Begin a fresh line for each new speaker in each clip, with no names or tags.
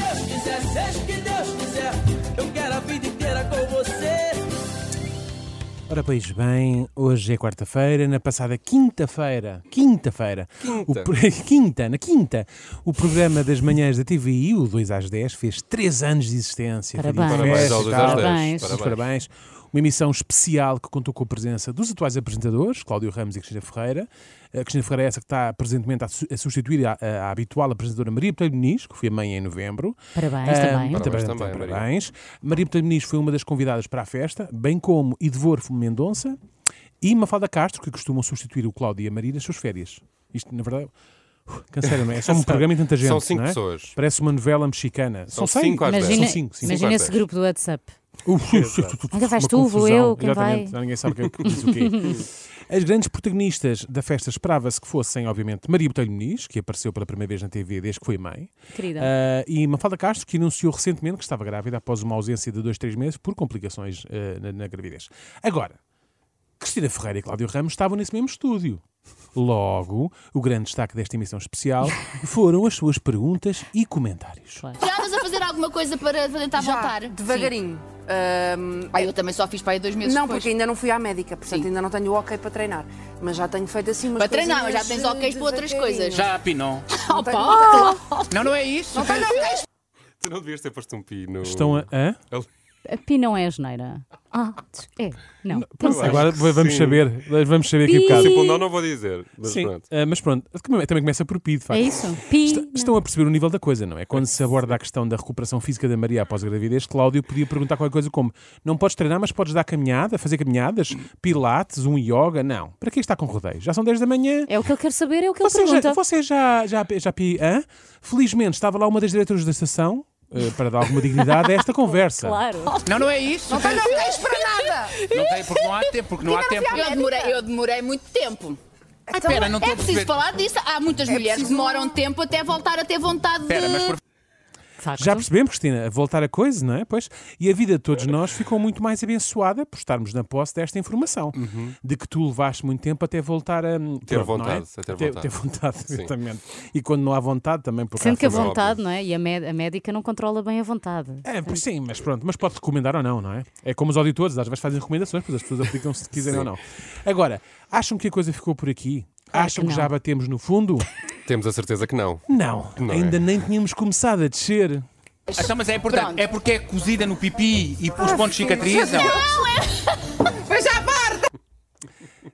Seja o que Deus quiser, eu quero a vida inteira com você.
Ora, pois bem, hoje é quarta-feira, na passada quinta-feira, quinta-feira,
Quinta.
o pro- quinta, na quinta, o programa das manhãs da TVI, o 2 às 10, fez 3 anos de existência. Foi dia de
Parabéns.
festa
Parabéns ao
e
2
tal.
às 10.
Parabéns.
Muitos parabéns. Uma emissão especial que contou com a presença dos atuais apresentadores, Cláudio Ramos e Cristina Ferreira. A Cristina Ferreira é essa que está presentemente a, su- a substituir a, a- a habitual apresentadora Maria Botelho Muniz, que foi a mãe em novembro.
Parabéns
Ah,
também.
muito
Parabéns
bem,
também, Maria.
parabéns. Maria Botelho Muniz foi uma das convidadas para a festa, bem como Idvorfo Mendonça e Mafalda Castro, que costumam substituir o Cláudio e a Maria nas suas férias. Isto, na verdade, uh, cancela, não é? É só um programa e tanta gente.
São cinco
não é?
pessoas.
Parece uma novela mexicana.
São
São
cinco às dez.
Imagina,
São cinco, cinco
imagina
às
esse
dez.
grupo do WhatsApp.
Ainda
Ainda vais tu, vou eu, quem
Exatamente,
vai?
já ninguém sabe o que, diz o quê. As grandes protagonistas da festa esperava-se que fossem, obviamente, Maria Botelho Muniz, que apareceu pela primeira vez na TV desde que foi mãe,
Querida.
ah, e Mafalda Castro, que anunciou recentemente que estava grávida após uma ausência de dois, três meses por complicações ah, na, na gravidez. Agora, Cristina Ferreira e Cláudio Ramos estavam nesse mesmo estúdio. Logo, o grande destaque desta emissão especial foram as suas perguntas e comentários.
Já andas a fazer alguma coisa para para tentar voltar?
Devagarinho. Ahm,
Sim. Pá, eu também só fiz para aí dois meses
não,
depois.
porque ainda não fui à médica, portanto
Sim.
ainda não tenho o ok para treinar. Mas já tenho feito assim umas
Para treinar, mas já
coisinhas,
tens ok's para outras
devagarinho.
coisas.
Já, Pinon.
Não tenho-
Não, não é isso.
Tu não devias ter posto um pi no...
Estão a. hã? Ah.
A Pi não é a geneira. Ah, des- é. Não. não sei.
Agora
que
vamos
sim.
saber, vamos saber aqui um
Pi.
bocado.
Tipo, não, não vou dizer. Mas
Sim,
pronto.
ah, mas pronto, também começa por PI, de facto.
É isso? Pi.
Está- Estão a perceber o nível da coisa, não é? Quando se aborda a questão da recuperação física da Maria após a gravidez, Cláudio podia perguntar qualquer coisa como: não podes treinar, mas podes dar caminhada, fazer caminhadas, pilates, um yoga? Não. Para que está com rodeios? Já são 10 da manhã.
É o que ele quer saber, é o que ele
Você já,
pergunta.
você já, já, já pi- hã? Felizmente estava lá uma das diretoras da estação eh, para dar alguma dignidade a esta conversa.
Claro.
Não, não é isso. Não tem,
tens para nada!
porque não há tempo. Porque não há tempo.
Eu demorei, eu demorei muito tempo.
Então,
Espera, não estou
é
a
preciso
perceber.
falar disso. Há muitas mulheres que demoram tempo até voltar a ter vontade
Espera,
de.
mas por
Facto.
Então.
Já percebemos, Cristina, a voltar a coisa, não é? Pois. E a vida de todos nós ficou muito mais abençoada por estarmos na posse desta informação. De que tu levaste muito tempo até voltar a.
Uhum. Ter
Pronto, não é?
vontade, a ter
Até-
vontade.
ter vontade, exatamente. E quando não há vontade, também por
Sendo que a
Óbvio.
vontade, não é? E a, mé- a médica não controla bem a vontade.
É, pois sim, mas pronto, mas pode recomendar ou não, não é? É como os auditores, às vezes fazem recomendações, pois as pessoas aplicam se quiserem ou não. Agora, acham que a coisa ficou por aqui? Acham
que
que
não.
já batemos no fundo?
Temos a certeza que não.
Não,
Não é.
ainda nem tínhamos começado a descer.
Então, mas é importante.
Pronto.
É porque é cozida no pipi e os pontos é cicatrizam.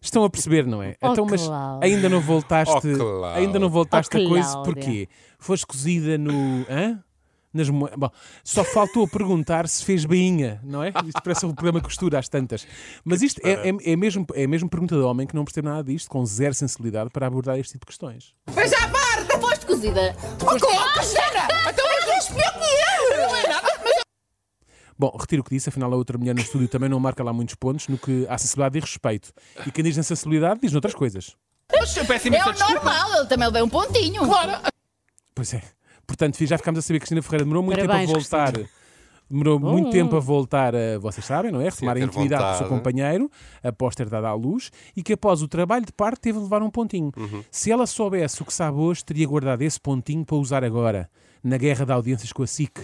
Estão a perceber, não é?
Oh,
então, mas
Cláudio.
ainda não voltaste,
Oh, Cláudio.
ainda não voltaste
Oh,
a coisa
Cláudia.
porquê? Foste cozida no, hã? Nas mo... Bom, só faltou perguntar se fez bainha, não é? Isto parece um programa de costura às tantas. Mas isto é, é, é mesmo, é mesmo pergunta de homem que não percebe nada disto, com zero sensibilidade para abordar este tipo de questões.
Foste cozida. Então mas não espiou que eu! Não é nada, mas
Bom, retiro o que disse, afinal a outra mulher no estúdio também não marca lá muitos pontos no que há sensibilidade e respeito. E quem diz sensibilidade diz noutras coisas.
Poxa, eu peço
é
imensa
o
desculpa.
normal, ele também levei um pontinho. Claro.
Pois é. Portanto, fi- já ficámos a saber que Cristina Ferreira demorou muito
Parabéns, Oh.
tempo a voltar. Demorou muito tempo a voltar a, vocês sabem, não é? Retomar a
ter
intimidade do seu
vontade.
companheiro, após ter dado à luz, e que após o trabalho de parte teve de levar um pontinho.
Uhum.
Se ela soubesse o que sabe hoje, teria guardado esse pontinho para usar agora, na guerra de audiências com a SIC.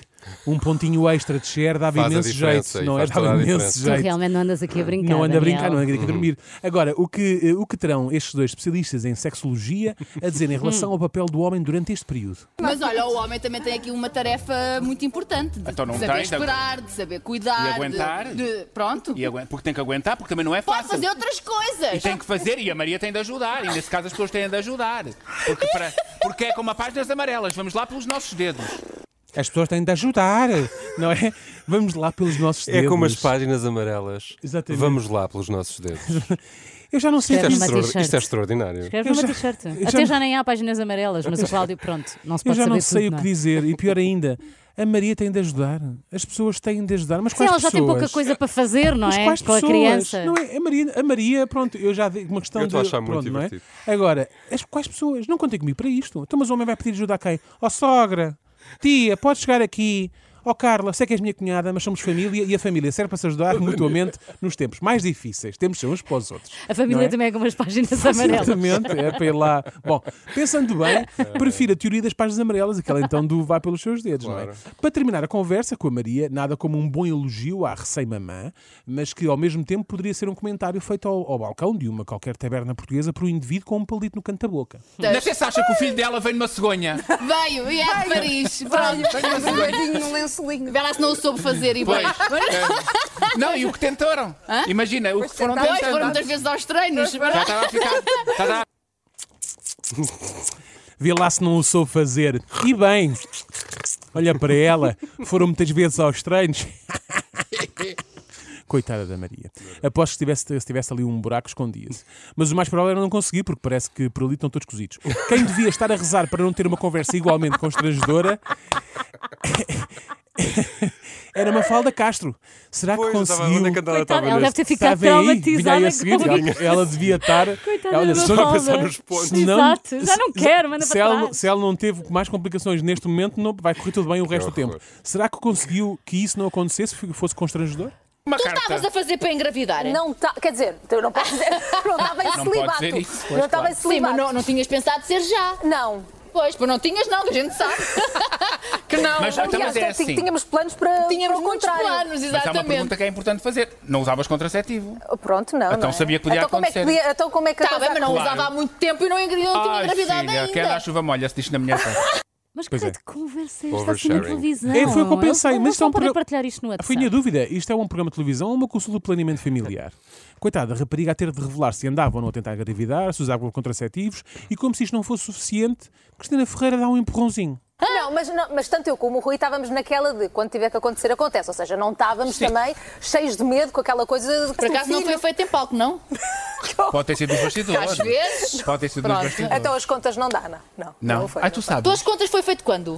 Um pontinho extra de share dava
Faz a
imenso
diferença
jeito,
e
não é?
faz toda
Dava
a
imenso
diferença. Uhum.
Tu
jeito.
realmente não andas aqui a brincar.
Não anda a brincar, não
Daniel.
anda aqui a dormir. Agora, o que, eh, o que terão estes dois especialistas em sexologia a dizer em
Hum.
relação ao papel do homem durante este período?
Mas olha, o homem também tem aqui uma tarefa muito importante. De
Então não
saber
tem, de-
esperar, de saber cuidar.
E
de-
aguentar.
de- pronto.
E agu- Porque tem que aguentar, porque também não é
Pode
fácil.
fazer outras
E
coisas.
tem que fazer, e a Maria tem de ajudar, e nesse caso as pessoas têm de ajudar. Porque, para- porque é como a páginas amarelas, vamos lá pelos nossos dedos.
As pessoas têm de ajudar, não é? Vamos lá pelos nossos
É
dedos.
como as páginas amarelas.
Exatamente.
Vamos lá pelos nossos dedos.
Eu já não sei.
Isto é,
Escreve numa
extraor-
t-shirt.
isto é extraordinário.
Escreve
Eu
numa
já-
t-shirt.
eu já
Até
não-
já nem há páginas amarelas, mas o Cláudio, pronto, não se
Eu
pode
já
saber
não sei
tudo,
o
não
que
é?
dizer. E pior ainda, a Maria tem de ajudar. As pessoas têm de ajudar. Mas
Sim,
quais
ela já
pessoas?
tem pouca coisa para fazer, não
Mas
é?
quais
Com a
pessoas?
criança.
Não é? A Maria, a Maria, pronto, eu já digo uma questão
Eu
de.
estou a achar muito
pronto, não é?
divertido.
Agora, as, quais pessoas? Não contem comigo para isto. Então, mas o homem vai pedir ajuda a quem? Ó sogra, tia, pode chegar aqui. Ó Ó Carla, sei que és minha cunhada, mas somos família e a família serve para se ajudar mutuamente nos tempos mais difíceis. Temos de ser uns para os outros.
A família
não é?
também é com umas páginas amarelas.
Exatamente, é para ir lá. Bom, pensando bem, prefiro a teoria das páginas amarelas, aquela então do vai pelos seus dedos, não é? Para terminar a conversa com a Maria, nada como um bom elogio à recém-mamã, mas que ao mesmo tempo poderia ser um comentário feito ao, ao balcão de uma qualquer taberna portuguesa por um indivíduo com um palito no canto da boca.
Não sei se acha que o filho dela vem de uma cegonha.
Veio, e é de Paris. Pronto.
Um beijinho no lençolinho.
Vê lá se não o soube fazer e
Pois.
bem.
É. Não, e o que tentaram? Imagina, o que foram
Pois, tá foram
tentando.
muitas vezes aos treinos.
Já estava a ficar. já estava-
Vê lá se não o soube fazer. E bem, olha para ela, foram muitas vezes aos treinos. Coitada da Maria. Aposto que se tivesse, se tivesse ali um buraco, escondia-se. Mas o mais provável era não conseguir, porque parece que por ali estão todos cozidos. Quem devia estar a rezar para não ter uma conversa igualmente constrangedora era Mafalda Castro. Será que
Pois, eu estava-
conseguiu?
onde é que andava?
Coitada,
Estava
ela deve
neste-
ter ficado
Sabem aí? Vinha aí
traumatizada
a seguir,
com
ela- Ela devia estar.
Coitada
Olha,
da
só
para
Mafalda.
pensar nos pontos.
Exato,
Se-
já não quero, manda
se
para
ela,
trás.
se ela não teve mais complicações neste momento, não vai correr tudo bem o resto do
horror.
tempo. Será que conseguiu que isso não acontecesse, que fosse constrangedor?
Uma
Tu estavas
carta.
a fazer para engravidar?
Não tá, quer dizer, eu não posso dizer, não estava em
Não pode
celibato.
dizer isso, pois,
não estava
claro.
em
Sim, mas é
celibato.
não, não tinhas pensado ser já.
Não.
Pois, pois não tinhas, não, que a gente sabe. que não.
Mas- Então,
Aliás,
é
t-
assim.
tínhamos planos para
Tínhamos
para o
muitos
contrário.
planos,
Mas há uma pergunta
exatamente.
que é importante fazer. Não usavas contraceptivo.
Pronto, não.
Então
não é?
sabia que podia
então, como é que
acontecer.
podia- então como é que
Tá bem, mas não
Claro.
usava há muito tempo e não, engra- não tinha
Ai,
engravidado
filha,
ainda.
quer dar chuva molha, se diz na minha casa.
Mas que
Pois é.
raio de conversa é esta assim na
Oversharing.
televisão?
É, foi o que eu pensei,
Eles-
mas
eles
isto é um
vão poder
programa-
partilhar isto no WhatsApp.
Foi a minha dúvida. Isto é um programa de televisão ou uma consulta de planeamento familiar? Coitada, a rapariga a ter de revelar se andava ou não a tentar engravidar, se usava contraceptivos e, como se isto não fosse suficiente, Cristina Ferreira dá um empurrãozinho.
Não, mas, não, mas tanto eu como o Rui estávamos naquela de quando tiver que acontecer, acontece. Ou seja, não estávamos também cheios de medo com aquela coisa de
Por acaso não
filho.
foi feito em palco, não?
Pode ter sido dos bastidores.
Às vezes.
Pode ter sido dos
Pronto.
bastidores.
Então as contas não dá, não. Não,
Não.
foi.
Ai, tu sabes.
Tuas contas foi feito quando?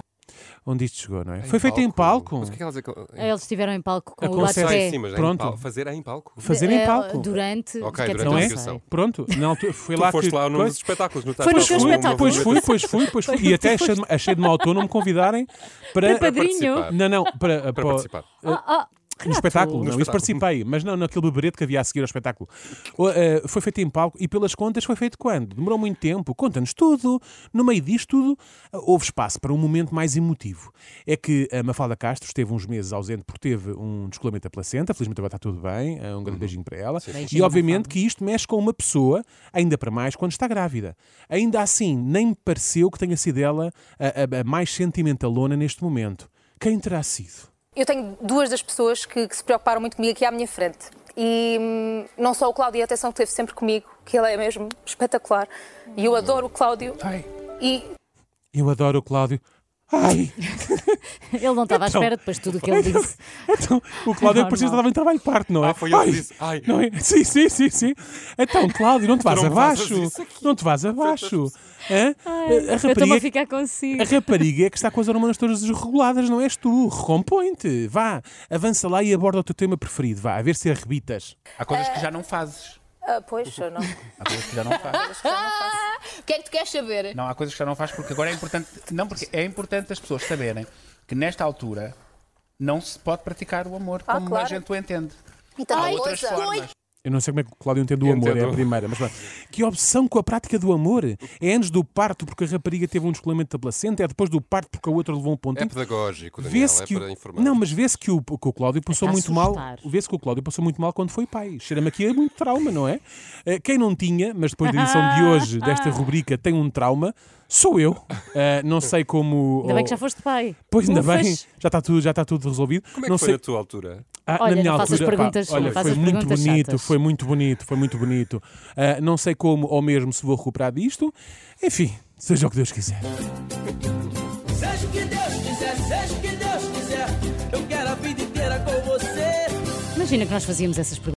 Onde isto chegou, não é? foi feito em palco.
Mas o que é que elas acon- em-
Eles estiveram em palco com
A
o
Conceição-
Ah,
Atepé.
sim, mas é em
Pronto.
palco. Fazer é em palco.
Fazer em
Eh,
palco.
Durante.
Ok,
quer
durante
dizer,
Não
a
é?
sei.
negociação.
Pronto. Na altura- foi
Então Tu
lá
foste
que...
lá num
coisa-
dos espetáculos. Não
Foi no
estás
seu
lá uma
espetáculo.
Pois
vez
fui, pois fui, pois fui. E até achei, achei de mau tom não me convidarem para.
Para padrinho.
participar.
Não, não, para,
Para participar.
Ah, ah,
No Um espetáculo, não,
No
isso
espetáculo.
participei, mas não naquele beberete que havia a seguir ao espetáculo. O, eh, foi feito em palco e pelas contas foi feito quando? Demorou muito tempo, conta-nos tudo. No meio disto tudo, eh, houve espaço para um momento mais emotivo. É que a Mafalda Castro esteve uns meses ausente porque teve um descolamento da placenta, felizmente agora está tudo bem, eh, um grande beijinho para ela. E
Beijinho,
obviamente que isto mexe com uma pessoa, ainda para mais quando está grávida. Ainda assim, nem me pareceu que tenha sido ela a, a- a mais sentimentalona neste momento. Quem terá sido?
Eu tenho duas das pessoas que, que se preocuparam muito comigo aqui à minha frente. E hum, não só o Cláudio, atenção, que esteve sempre comigo, que ele é mesmo espetacular. E eu adoro o Cláudio.
Ai.
E
Eu adoro o Cláudio. Ai!
ele não estava à
Então-
espera depois de tudo o É que ele disse.
Então, o Cláudio parecia
É
que
normal.
estava em trabalho de parte, não é?
Ah, foi ele que
Ai,
disse. Ai.
Não é? Sim, sim, sim, sim. Então, Cláudio, não te vás
Não faças
abaixo.
isso aqui.
Não te vás abaixo. Hã? a,
Eu estou-me a
rapariga, é
ficar consigo.
a rapariga é que está com as hormonas todas desreguladas, não és tu. Recompõe-te. Vá, avança lá e aborda o teu tema preferido. Vá, a ver se arrebitas.
Há coisas
É.
que já não fazes.
Ah, pois, eu não.
Há coisas que já não fazes.
Ah, o que é que tu queres saber?
Não, há coisas que já não fazes porque agora é importante. Não, porque é importante as pessoas saberem que nesta altura não se pode praticar o amor como a
Ah, claro.
gente o entende.
E tanta
Ai,
Outras
coisa.
formas.
Eu não sei como é que o Cláudio entende o
Eu
amor,
entendo.
é a primeira, mas pronto. Que obsessão com a prática do amor. É antes do parto porque a rapariga teve um descolamento da placenta, é depois do parto porque a outra levou um pontinho.
É pedagógico, Daniel.
Vê-se
É
que o-
para informar.
Não, mas vê-se que o, que o Cláudio passou
Está a
muito mal.
É assustar.
Vê-se que o Cláudio passou muito mal quando foi pai. Cheira-me aqui a muito trauma, não é? Eh, Quem não tinha, mas depois da edição
Ah,
de hoje, desta rubrica, tem um trauma, sou eu. Eh, não sei como.
Ainda bem que já foste pai.
Pois ainda
Ufas.
bem, já está tudo, já está tudo resolvido.
Como é que
não
foi
sei
a tua altura?
ah,
Olha,
na minha
não
altura,
faças perguntas-
pá, olha,
não faças
foi muito
perguntas
bonito,
chatas.
foi muito bonito, foi muito bonito. Ah, não sei como ou mesmo se vou recuperar disto. Enfim, seja o que Deus quiser.
Seja o que Deus quiser, seja o que Deus quiser, eu quero a vida inteira com você.
Imagina que nós fazíamos essas perguntas.